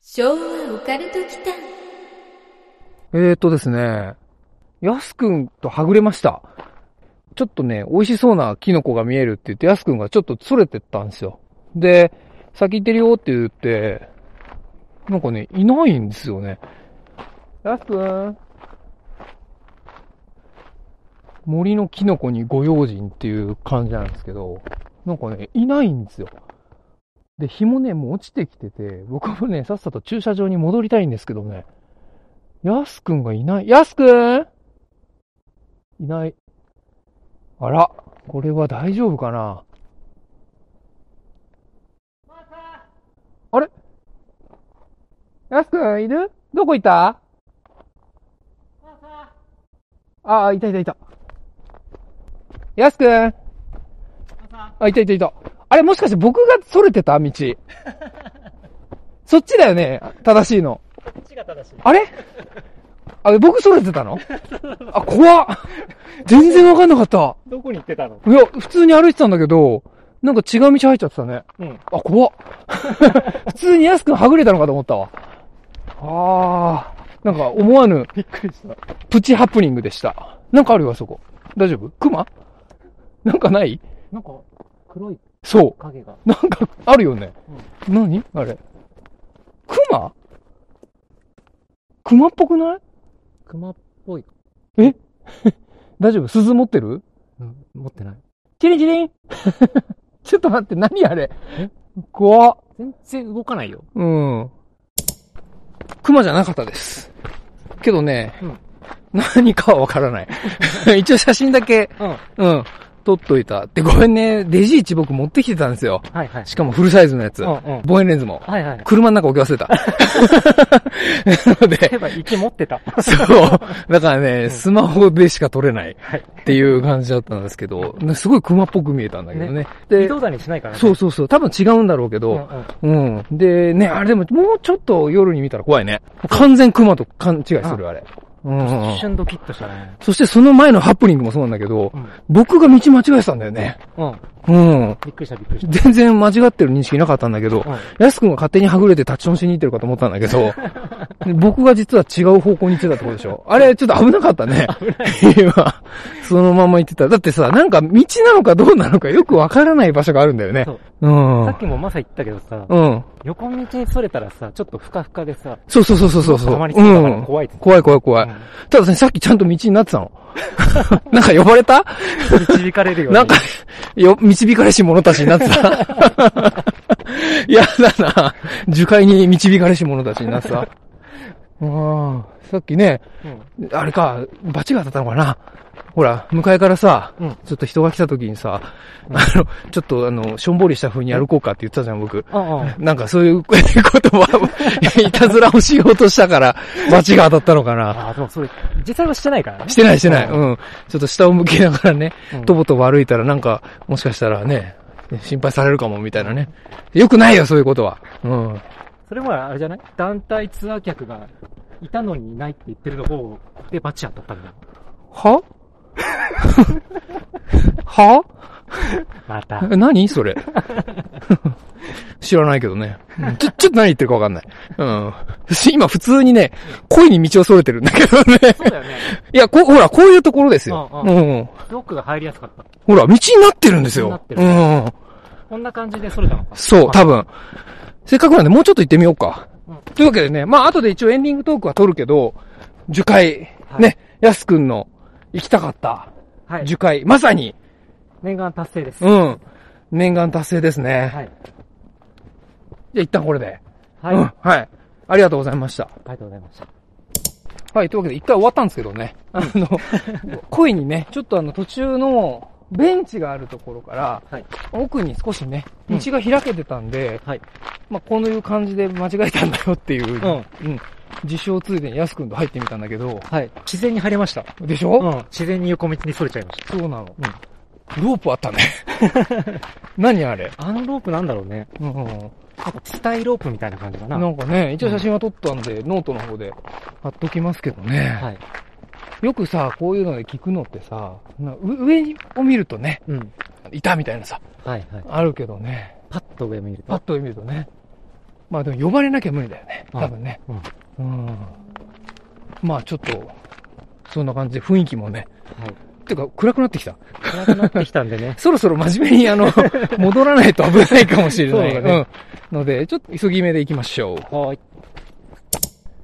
Speaker 1: 昭和オカルト祈間
Speaker 2: えーっとですね、やすくんとはぐれました。ちょっとね、美味しそうなキノコが見えるって言って、やすくんがちょっとそれてったんですよ。で、先行ってるよって言って、なんかね、いないんですよね。やすくん森のキノコにご用心っていう感じなんですけど、なんかね、いないんですよ。で、日もね、もう落ちてきてて、僕もね、さっさと駐車場に戻りたいんですけどね、やすくんがいない。やすくんいない。あら、これは大丈夫かなあれやすくんいるどこいたああ、いたいたいた。やすくんあ、いたいたいた。あれもしかして僕が逸れてた 道。そっちだよね正しいの。
Speaker 3: こっちが正しい。
Speaker 2: あれあれ僕逸れてたのあ、怖っ全然わかんなかった。
Speaker 3: どこに行ってたの
Speaker 2: いや、普通に歩いてたんだけど、なんか違う道入っちゃってたね。
Speaker 3: うん。
Speaker 2: あ、怖っ 普通に安くんはぐれたのかと思ったわ。あー、なんか思わぬ
Speaker 3: びっくりした。
Speaker 2: プチハプニングでした。なんかあるよ、あそこ。大丈夫クマなんかない
Speaker 3: なんか、黒い
Speaker 2: そ
Speaker 3: 影が。
Speaker 2: う。なんか、あるよね。何あれ。クマクマっぽくない
Speaker 3: 熊っぽい。
Speaker 2: 大丈夫鈴持ってる
Speaker 3: うん、持ってない。
Speaker 2: チリンチリン ちょっと待って、何あれ怖っ。
Speaker 3: 全然動かないよ。
Speaker 2: うん。熊じゃなかったです。けどね、
Speaker 3: うん
Speaker 2: 何かはわからない。 一応写真だけ、
Speaker 3: うん。は
Speaker 2: うん、撮っといた。で、ごめんね、デジイチ僕持ってきてたんですよ。
Speaker 3: いはい。
Speaker 2: しかもフルサイズのやつ。
Speaker 3: うんうん。
Speaker 2: 望遠レンズも。
Speaker 3: はいはい。
Speaker 2: 車の中置き忘れた。なの
Speaker 3: 例え
Speaker 2: で、
Speaker 3: ば、息持ってた。
Speaker 2: そう。だからね、
Speaker 3: ん
Speaker 2: スマホでしか撮れない
Speaker 3: はい。
Speaker 2: っていう感じだったんですけど、ねすごい熊っぽく見えたんだけどね。
Speaker 3: 移
Speaker 2: で、
Speaker 3: 動だにしないからね。
Speaker 2: そうそうそう、多分違うんだろうけど、
Speaker 3: うんうん。
Speaker 2: うん。で、ね、あれでも、もうちょっと夜に見たら怖いね。完全熊と勘違いする、あれ。うんうんうん
Speaker 3: 一。瞬ドキッとしたね。
Speaker 2: そしてその前のハプニングもそうなんだけど、
Speaker 3: うん
Speaker 2: 僕が道間違えてたんだよね。
Speaker 3: うん。
Speaker 2: うん。
Speaker 3: びっくりしたびっくりし
Speaker 2: 全然間違ってる認識なかったんだけど
Speaker 3: た。、うん。
Speaker 2: やすくんが勝手にはぐれて立ちションしに行ってるかと思ったんだけ ど、僕が実は違う方向に行ってたってことでしょ。あれ、ちょっと危なかったね。今、そのまま行ってた。だってさ、なんか道なのかどうなのかよくわからない場所があるんだよね
Speaker 3: そう。
Speaker 2: うん。う
Speaker 3: さっきもまさ言ったけどさ、
Speaker 2: ん。
Speaker 3: 横道にそれたらさ、ちょっとふかふかでさ、
Speaker 2: そうそうそうそうそうそう。
Speaker 3: たまにそうだから
Speaker 2: ん
Speaker 3: 怖いって。
Speaker 2: 怖い怖い怖い。
Speaker 3: う
Speaker 2: ただね、さっきちゃんと道になってたの。 なんか呼ばれ た
Speaker 3: ん導かれるよね。
Speaker 2: なんか、よ、導かれし者たちにな ってた。やだな。樹海に導かれし者たちになってた。うん。さっきね、
Speaker 3: うん、
Speaker 2: あれか、バチが当たったのかな。ほら、向かいからさ、
Speaker 3: うん
Speaker 2: ちょっと人が来た時にさ、あの、ちょっとあの、しょんぼりした風に歩こうかって言ってたじゃん、僕。
Speaker 3: うんうん。
Speaker 2: なんかそういう言葉を、いたずらをしようとした から、バチが当たったのかな。
Speaker 3: ああ、でもそれ、実際はしてないからね。
Speaker 2: してないしてない。
Speaker 3: う
Speaker 2: うん。ちょっと下を向きながらね、
Speaker 3: うん
Speaker 2: とぼとぼ歩いたらなんか、もしかしたらね、心配されるかもみたいなね。よくないよ、そういうことは。うん。
Speaker 3: それもあれじゃない団体ツアー客がいたのにいないって言ってるとこでバチ当たったんだよ。
Speaker 2: はは
Speaker 3: また。
Speaker 2: え何それ。知らないけどね。うんちょ、ちょっと何言ってるかわかんない。うん。私今普通にね、恋に道を逸れてるんだけどね。
Speaker 3: そうだよね。
Speaker 2: いや、こ、ほら、こういうところですよ。
Speaker 3: うん
Speaker 2: う、
Speaker 3: うん
Speaker 2: うん。
Speaker 3: ロックが入りやすかった。
Speaker 2: ほら、道になってるんです
Speaker 3: 道にな
Speaker 2: よ
Speaker 3: っ。てる
Speaker 2: う
Speaker 3: ね
Speaker 2: ん。
Speaker 3: こんな感じでそれたのか。
Speaker 2: そう、多分。せっかくなんで、もうちょっと行ってみようか
Speaker 3: うん。
Speaker 2: というわけでね、まあ、後で一応エンディングトークは撮るけど、樹海、
Speaker 3: はい
Speaker 2: ね、やすくんの行きたかった
Speaker 3: はい。
Speaker 2: 樹海、まさに、
Speaker 3: 念願達成です。
Speaker 2: うん、念願達成ですね。
Speaker 3: はい。
Speaker 2: じゃあ一旦これで。
Speaker 3: はい。
Speaker 2: うん
Speaker 3: あ、
Speaker 2: はい。ありがとうございました。
Speaker 3: りがとうございました。
Speaker 2: はい、というわけで一回終わったんですけどね。あの、恋にね、ちょっとあの途中のベンチがあるところから、
Speaker 3: はい
Speaker 2: 奥に少しね、道
Speaker 3: うん
Speaker 2: が開けてたんで、
Speaker 3: はい
Speaker 2: まあこういう感じで間違えたんだよっていう、
Speaker 3: うん。
Speaker 2: 自称ついでにやすくんと入ってみたんだけど、
Speaker 3: はい。自然に入れました。
Speaker 2: でしょ、
Speaker 3: うん。自然に横道にそれちゃいまし
Speaker 2: そうなの、ロープあったね。 何あれ、
Speaker 3: た。あのロープなんだろうね。
Speaker 2: うんうん
Speaker 3: なんか、伝えロープみたいな感じかな。
Speaker 2: なんかね、一応写真は撮ったんで、ノートの方で貼っときますけどね。
Speaker 3: はい。
Speaker 2: よくさ、こういうので聞くのってさ、なう上を見るとね、
Speaker 3: うん。
Speaker 2: いたみたいなさ、
Speaker 3: はいはい。
Speaker 2: あるけどね、
Speaker 3: パッと上見る
Speaker 2: パッ
Speaker 3: と。
Speaker 2: と見るとね。まあでも呼ばれなきゃ無理だよね。
Speaker 3: はい
Speaker 2: 多分ね。うん。まあちょっと、そんな感じで雰囲気もね。
Speaker 3: はい。
Speaker 2: てか暗くなってきた。
Speaker 3: 暗くなってきたんでね。
Speaker 2: そろそろ真面目に あの、戻らないと危ないかもしれない。
Speaker 3: そうだね
Speaker 2: うん。ので、ちょっと急ぎ目で行きましょう。
Speaker 3: はい。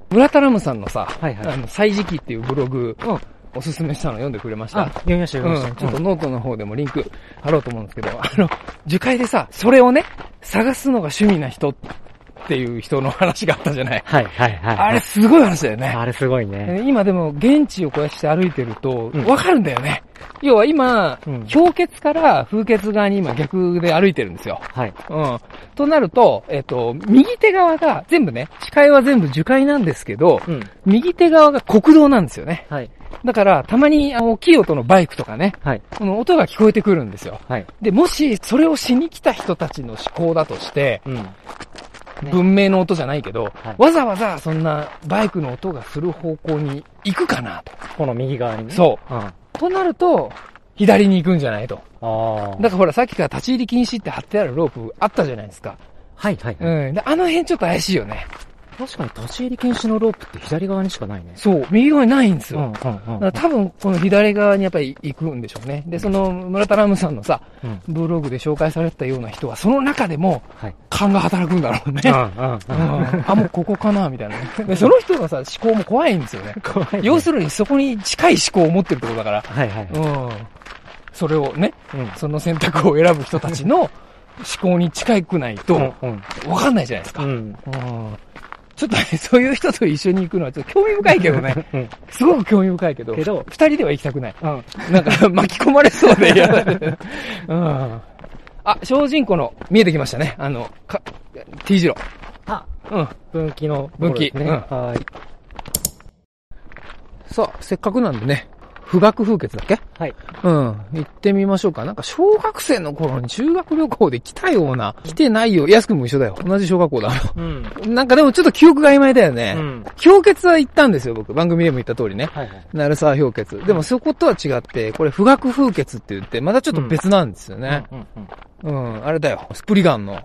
Speaker 2: ブラタラムさんのさ、
Speaker 3: はいはい
Speaker 2: あの、歳時記っていうブログ、
Speaker 3: うん
Speaker 2: おすすめしたの読んでくれまし
Speaker 3: あ、
Speaker 2: た。
Speaker 3: 読みました、読みま
Speaker 2: う
Speaker 3: し
Speaker 2: ん、
Speaker 3: た。
Speaker 2: ちょっとノートの方でもリンク貼ろうと思うんですけど、あの、樹海でさ、それをね、探すのが趣味な人っっていう人の話があったじゃない。
Speaker 5: はいはいはい。
Speaker 2: あれすごい話だよね。
Speaker 5: あれすごいね。
Speaker 2: えー今でも現地をこうやって歩いてると
Speaker 5: うん、
Speaker 2: わかるんだよね。要は今、
Speaker 5: うん。
Speaker 2: 氷結から風結側に今逆で歩いてるんですよ。
Speaker 5: はい。
Speaker 2: うん。となると、えっ、と、右手側が全部ね、視界は全部樹海なんですけど、
Speaker 5: うん。
Speaker 2: 右手側が国道なんですよね。
Speaker 5: はい。
Speaker 2: だから、たまにあの大きい音のバイクとかね、
Speaker 5: はい。
Speaker 2: この音が聞こえてくるんですよ。
Speaker 5: はい。
Speaker 2: で、もし、それをしに来た人たちの思考だとして、
Speaker 5: うん。ね
Speaker 2: 文明の音じゃないけど、
Speaker 5: はい
Speaker 2: わざわざそんなバイクの音がする方向に行くかなと。
Speaker 5: この右側にね。
Speaker 2: そう。
Speaker 5: うん。あ
Speaker 2: となると、左に行くんじゃないと。
Speaker 5: あ。
Speaker 2: だからほら、さっきから立ち入り禁止って貼ってあるロープあったじゃないですか。
Speaker 5: はいはいはい。
Speaker 2: うん。であの辺ちょっと怪しいよね。
Speaker 5: 確かに立ち入り禁止のロープって左側にしかないね。
Speaker 2: そう。右側にないんです
Speaker 5: うんうん
Speaker 2: よ。
Speaker 5: うん。
Speaker 2: だから多分、この左側にやっぱり行くんでしょうね。で、その、村田ラムさんのさ、
Speaker 5: うん
Speaker 2: ブログで紹介されてたような人は、その中でも
Speaker 5: はい、
Speaker 2: 勘が働くんだろうね。
Speaker 5: う
Speaker 2: うん
Speaker 5: うんうん。
Speaker 2: んあ、もうここかなみたいなね。で、その人のさ、思考も怖いんですよね。
Speaker 5: 怖いね。
Speaker 2: 要するにそこに近い思考を持ってるってことだから。
Speaker 5: はいはい。
Speaker 2: うん。それをね、
Speaker 5: うん
Speaker 2: その選択を選ぶ人たちの思 考に近くないと、わ
Speaker 5: うん。
Speaker 2: かんないじゃないです
Speaker 5: う
Speaker 2: か。
Speaker 5: ん。
Speaker 2: うんちょっとね、そういう人と一緒に行くのはちょっと興味深いけど ね。
Speaker 5: うん。
Speaker 2: すごく興味深いけど、
Speaker 5: けど、
Speaker 2: 二人では行きたくない。
Speaker 5: うん。
Speaker 2: なんか 巻き込まれそうで嫌だね。うん。 あ、精進湖の、見えてきましたね。あの、か、T 字路。
Speaker 5: あ、
Speaker 2: うん。
Speaker 5: 分岐のところ
Speaker 2: 分岐
Speaker 5: ですね。
Speaker 2: うん
Speaker 5: はい。
Speaker 2: さあ、せっかくなんでね、富岳風穴だっけ
Speaker 5: はい。
Speaker 2: うん。行ってみましょうか。なんか小学生の頃に修学旅行で来たような、来てないよ。安くんも一緒だよ。同じ小学校だ。
Speaker 5: うん。
Speaker 2: なんかでもちょっと記憶が曖昧だよね。
Speaker 5: うん。
Speaker 2: 氷結は行ったんですよ、僕。番組でも言った通りね。
Speaker 5: はいはい。
Speaker 2: 鳴沢氷結。でもそことは違って、これ、富岳風穴って言って、またちょっと別なんですよね。
Speaker 5: うんうん。
Speaker 2: うん、あれだよ。スプリガンの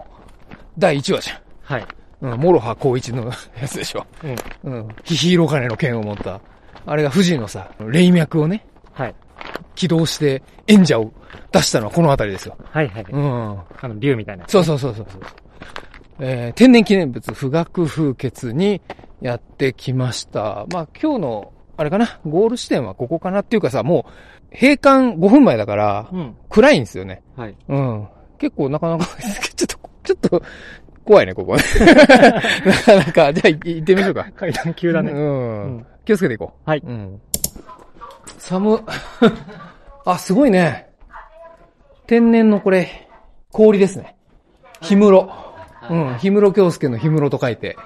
Speaker 2: 第1話じゃん。
Speaker 5: はい。
Speaker 2: うん、諸葉光一の やつでしょ。うん。うん。ヒヒイロカネの剣を持った。あれが富士のさ、霊脈をね、
Speaker 5: はい。
Speaker 2: 起動して演者を出したのはこの辺りですよ。
Speaker 5: はいはい。
Speaker 2: うん。
Speaker 5: あの、竜みたいな。
Speaker 2: そうそうそうそうそう。えー天然記念物、富岳風穴にやってきました。まあ、今日の、あれかな、ゴール地点はここかなっていうかさ、もう、閉館5分前だから、
Speaker 5: うん。
Speaker 2: 暗いんですよね。
Speaker 5: はい。
Speaker 2: うん。結構なかなか、 ちょっと、ちょっと、怖いね、こ こね。なかなか、じゃあい行ってみましょうか。
Speaker 5: 階段急だ
Speaker 2: う
Speaker 5: ね。
Speaker 2: ん。
Speaker 5: うん
Speaker 2: 気をつけていこう。
Speaker 5: はい
Speaker 2: うん。寒っ。あ、すごいね。天然のこれ、氷ですね。氷室。うん。氷室京介の氷室と書いて、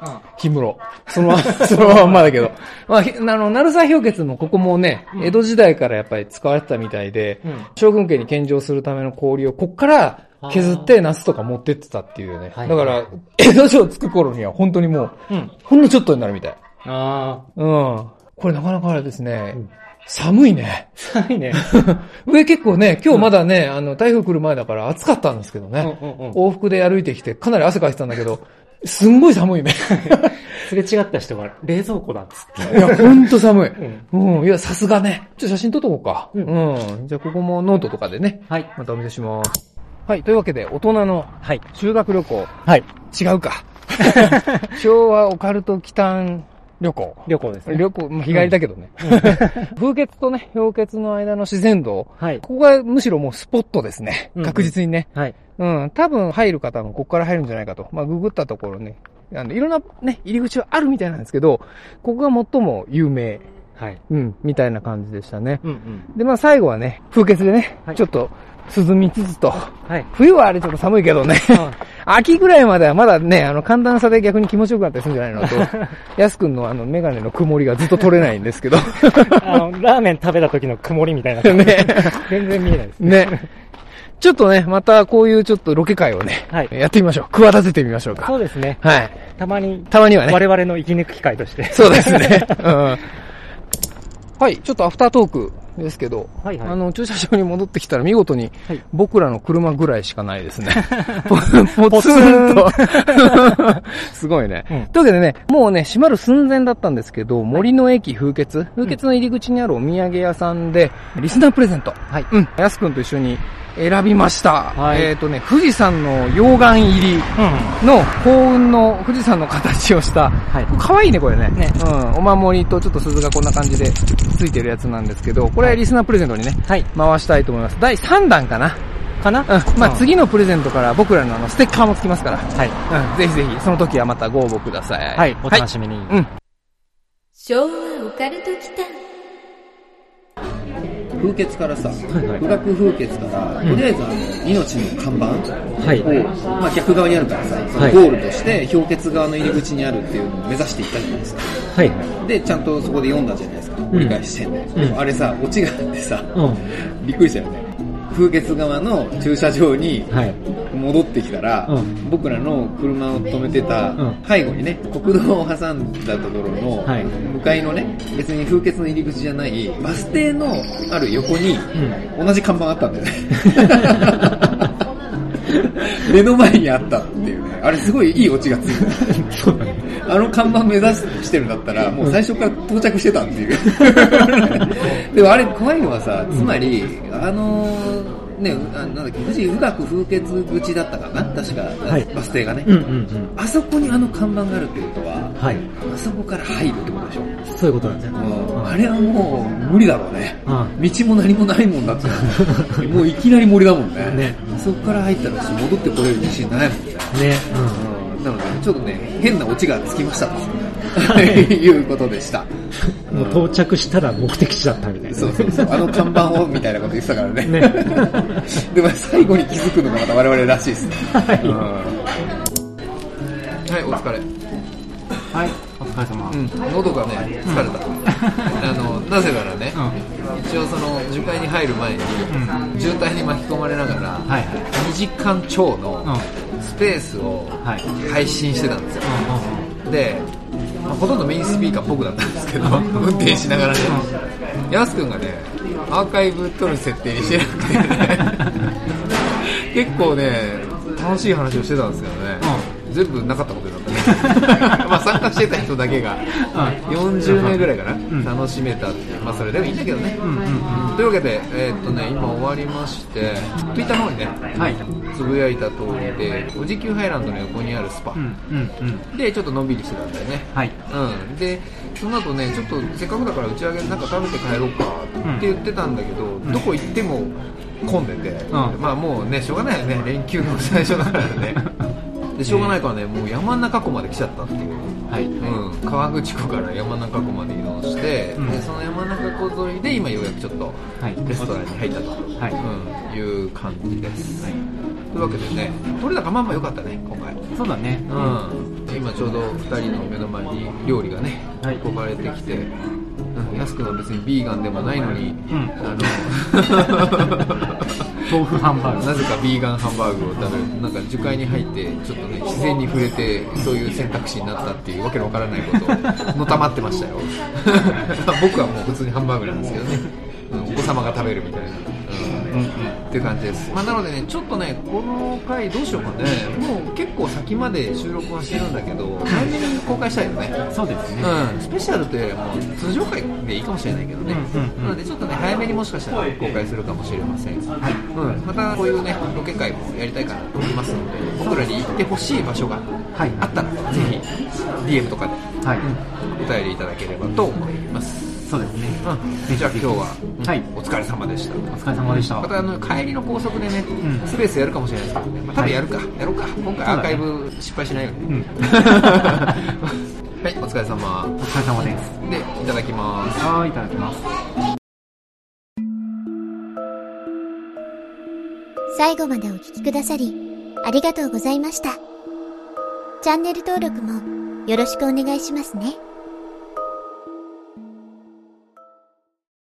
Speaker 2: 氷室。そ のまま、そのまんまだけど。まあ、ひあの、鳴沢氷結もここもね、江戸時代からやっぱり使われてたみたいで、
Speaker 5: うん。
Speaker 2: 将軍家に献上するための氷をこっから削って夏とか持ってってたっていうね。
Speaker 5: は
Speaker 2: だ
Speaker 5: い
Speaker 2: から、江戸城着く頃には本当にもう、
Speaker 5: うん。
Speaker 2: ほんのちょっとになるみたい。
Speaker 5: ああ。
Speaker 2: うん。これなかなかあれですね。
Speaker 5: うん
Speaker 2: 寒いね。
Speaker 5: 寒 いね。
Speaker 2: 上結構ね、今日まだね、あの、台風来る前だから暑かったんですけど
Speaker 5: うんう
Speaker 2: ね。
Speaker 5: んうん。
Speaker 2: 往復で歩いてきて、かなり汗かいてたんだけど、すんごい寒い ね。
Speaker 5: すれ違った人が冷蔵庫だっつって。
Speaker 2: いや、ほんと寒い。
Speaker 5: ん
Speaker 2: うん、いや、さすがね。ちょっと写真撮っとこうか。
Speaker 5: う
Speaker 2: うん。じゃあ、ここもノートとかでね、
Speaker 5: はい。
Speaker 2: またお見せします。はい、というわけで、大人の
Speaker 5: はい。
Speaker 2: 修学旅行、
Speaker 5: はい。
Speaker 2: 違う か。昭和オカルト北端旅行。
Speaker 5: 旅行ですね。
Speaker 2: 旅行、まあ、日帰りだけどね。 風穴とね、氷結の間の自然道。
Speaker 5: はい。
Speaker 2: ここがむしろもうスポットですね
Speaker 5: うん。うん
Speaker 2: 確実にね。
Speaker 5: はい。
Speaker 2: うん。多分入る方もここから入るんじゃないかと。まあ、ググったところね。あの、いろんなね、入り口はあるみたいなんですけど、ここが最も有名。
Speaker 5: はい。
Speaker 2: うん。みたいな感じでしたね。
Speaker 5: うんうん。
Speaker 2: で、まあ、最後はね、風穴でね、
Speaker 5: はい
Speaker 2: ちょっと涼みつつと。
Speaker 5: はい。
Speaker 2: 冬はあれちょっと寒いけどね。秋ぐらいまではまだね、あの、寒暖差で逆に気持ちよくなったりするんじゃない のと、やすくんのあの、メガネの曇りがずっと取れないんですけど。
Speaker 5: あの、ラーメン食べた時の曇りみたいな。
Speaker 2: ね。
Speaker 5: 全然見えないです。
Speaker 2: ね。ちょっとね、またこういうちょっとロケ会をね、
Speaker 5: はい
Speaker 2: やってみましょう。企ててみましょう
Speaker 5: そ
Speaker 2: か。
Speaker 5: うですね。
Speaker 2: はい。
Speaker 5: たまに、
Speaker 2: たまにはね。
Speaker 5: 我々の生き抜く機会として。
Speaker 2: そうですね。 うん。はい、ちょっとアフタートークですけど、
Speaker 5: はいはい
Speaker 2: あの、駐車場に戻ってきたら見事に
Speaker 5: はい、
Speaker 2: 僕らの車ぐらいしかない ですね。ぽポツンと。 すごいね、
Speaker 5: うん
Speaker 2: というわけでね、もうね、閉まる寸前だったんですけど、森の駅風穴、風穴の入り口にあるお土産屋さんで、リスナープレゼント。はい。うん。やすくんと一緒に選びました。
Speaker 5: はい
Speaker 2: えっ、とね、富士山の溶岩入り
Speaker 5: うん。
Speaker 2: の幸運の富士山の形をした、
Speaker 5: はい。
Speaker 2: 可愛いね、これね。
Speaker 5: ね
Speaker 2: うん。お守りとちょっと鈴がこんな感じでついてるやつなんですけど、これはリスナープレゼントにね、
Speaker 5: はい。
Speaker 2: 回したいと思います。第3弾かな。
Speaker 3: かな
Speaker 6: うん、まあ
Speaker 3: うん
Speaker 6: 次のプレゼントから僕らのあのステッカーもつきますから、
Speaker 3: はい。
Speaker 6: うん、ぜひぜひその時はまたご応募ください。
Speaker 3: はい、お楽しみに。
Speaker 1: 昭和オカルト祈祷
Speaker 2: 風血からさ、ブラック風血から、とりあえずあの命の看板
Speaker 3: はい
Speaker 2: を、まあ、逆側にあるからさ、その
Speaker 3: はい
Speaker 2: ゴールとして氷結側の入り口にあるっていうのを目指していったじゃないですか。
Speaker 3: はい。
Speaker 2: で、ちゃんとそこで読んだじゃないですか、折り返し線で。あれさ、オチがあってさ、びっくりしたよね。風血側の駐車場に
Speaker 3: はい。
Speaker 2: 戻ってきたら、
Speaker 3: うん
Speaker 2: 僕らの車を止めてた
Speaker 3: うん
Speaker 2: 背後にね、国道を挟んだところの、
Speaker 3: はい
Speaker 2: 向かいのね、別に風穴の入り口じゃない、バス停のある横に、同じ看板あったんだよね。 目の前にあったっていうね、あれすごいいいオチがついてそうあの看板目指してるんだったら、もう最初から到着してたっていう。 でもあれ怖いのはさ、つまり、あのね、あなんだっけ、富士富岳風穴口だったかな確か、
Speaker 3: い
Speaker 2: バス停がね。
Speaker 3: うんうん
Speaker 2: あそこにあの看板があるってことは
Speaker 3: うん。、はい。
Speaker 2: あそこから入るってことでしょ。
Speaker 3: そういうことなんですね。
Speaker 2: うんあれはもう無理だろうね。
Speaker 3: うん。
Speaker 2: 道も何もないもんだって。 もういきなり森だもんね。
Speaker 3: ね
Speaker 2: あそこから入ったらし戻ってこれる自信ないもんね。
Speaker 3: ね。
Speaker 2: うんなので、ちょっとね、変なオチがつきましたと いうことでした。
Speaker 3: うん。もう到着したら目的地だったみたいな。
Speaker 2: そうそうそう。あの看板をみたいなこと言ってたからね。
Speaker 3: ね
Speaker 2: でも最後に気づくのがまた我々らしいですね。
Speaker 3: はい
Speaker 2: うんはい、お疲れ。
Speaker 5: はい、お疲れ様。
Speaker 2: うん、喉がね、疲れた、あのなぜならね、一応その樹海に入る前に、渋滞に巻き込まれながら、
Speaker 5: はい
Speaker 2: 2時間超のスペースを
Speaker 5: はい。はい。
Speaker 2: 配信してたんですよ、で、まあほとんどメインスピーカー僕だったんですけど、 運転しながらね、やすくんがね、アーカイブ撮る設定にしてなくて、ね、結構ね、楽しい話をしてたんですけどね、全部なかったことになったね、 まあ参加してた人だけが、40名ぐらいかな、楽しめたっていう、まあそれでもいいんだけどね。というわけで、えーっとね、今終わりまして、ツイッターの方にね、つぶやいた通りで、富士急ハイランドの横にあるスパ。で、ちょっとのんびりしてたんだよね。
Speaker 5: はい。
Speaker 2: うん。で、その後ね、ちょっとせっかくだから打ち上げなんか食べて帰ろうかって言ってたんだけど、どこ行っても混んでて、まあもうね、しょうがないよね、連休の最初だからね。 で、しょうがないからね、もう山中湖まで来ちゃったっていう。
Speaker 5: はい。
Speaker 2: うん、川口湖から山中湖まで移動して、でその山中湖沿いで今ようやくちょっと
Speaker 5: はい
Speaker 2: レストランに入ったと、
Speaker 5: はい
Speaker 2: いうん、いう感じです、というわけでね取れ高まんま良かったね今回、
Speaker 5: そうだね。
Speaker 2: うん、今ちょうど2人の目の前に料理がね
Speaker 5: はい
Speaker 2: 運ばれてきて、うん、安くんは別にビーガンでもないのに、
Speaker 5: ん
Speaker 2: あの
Speaker 5: 豆腐ハンバーグ。
Speaker 2: なぜかビーガンハンバーグを食べるなんか樹海に入ってちょっとね自然に触れてそういう選択肢になったっていうわけのわからないことをのたまってましたよ 僕はもう普通にハンバーグなんですけどね、うん、お子様が食べるみたいな、うんっていう感じです、まあ、なのでねちょっとねこの回どうしようかねもう結構先まで収録はしてるんだけど早めに公開したいよね
Speaker 5: そうですね。
Speaker 2: うん、スペシャルというよりも通常回でいいかもしれないけどね、
Speaker 5: うんうんうん
Speaker 2: なのでちょっとね早めにもしかしたら公開するかもしれません、うん、またこういうねロケ会もやりたいかなと思いますので僕らに行ってほしい場所が
Speaker 5: はい
Speaker 2: あったら、ぜひ DM とかで
Speaker 5: はい。
Speaker 2: お便りいただければと思います、
Speaker 5: そうですね。
Speaker 2: うん、じゃあ今日は、
Speaker 5: はい
Speaker 2: お疲れ様でした
Speaker 5: お疲れ様でした。
Speaker 2: またあの帰りの高速でね、
Speaker 5: ん
Speaker 2: スペースやるかもしれないですけどね、まあ、多分やるか、やろうか今回アーカイブ失敗しないように、
Speaker 5: ん
Speaker 2: はい お疲れ様
Speaker 5: お疲れ様です。
Speaker 2: でいただきます
Speaker 5: はい、いただきます。
Speaker 7: 最後までお聞きくださり、ありがとうございました。チャンネル登録もよろしくお願いしますね。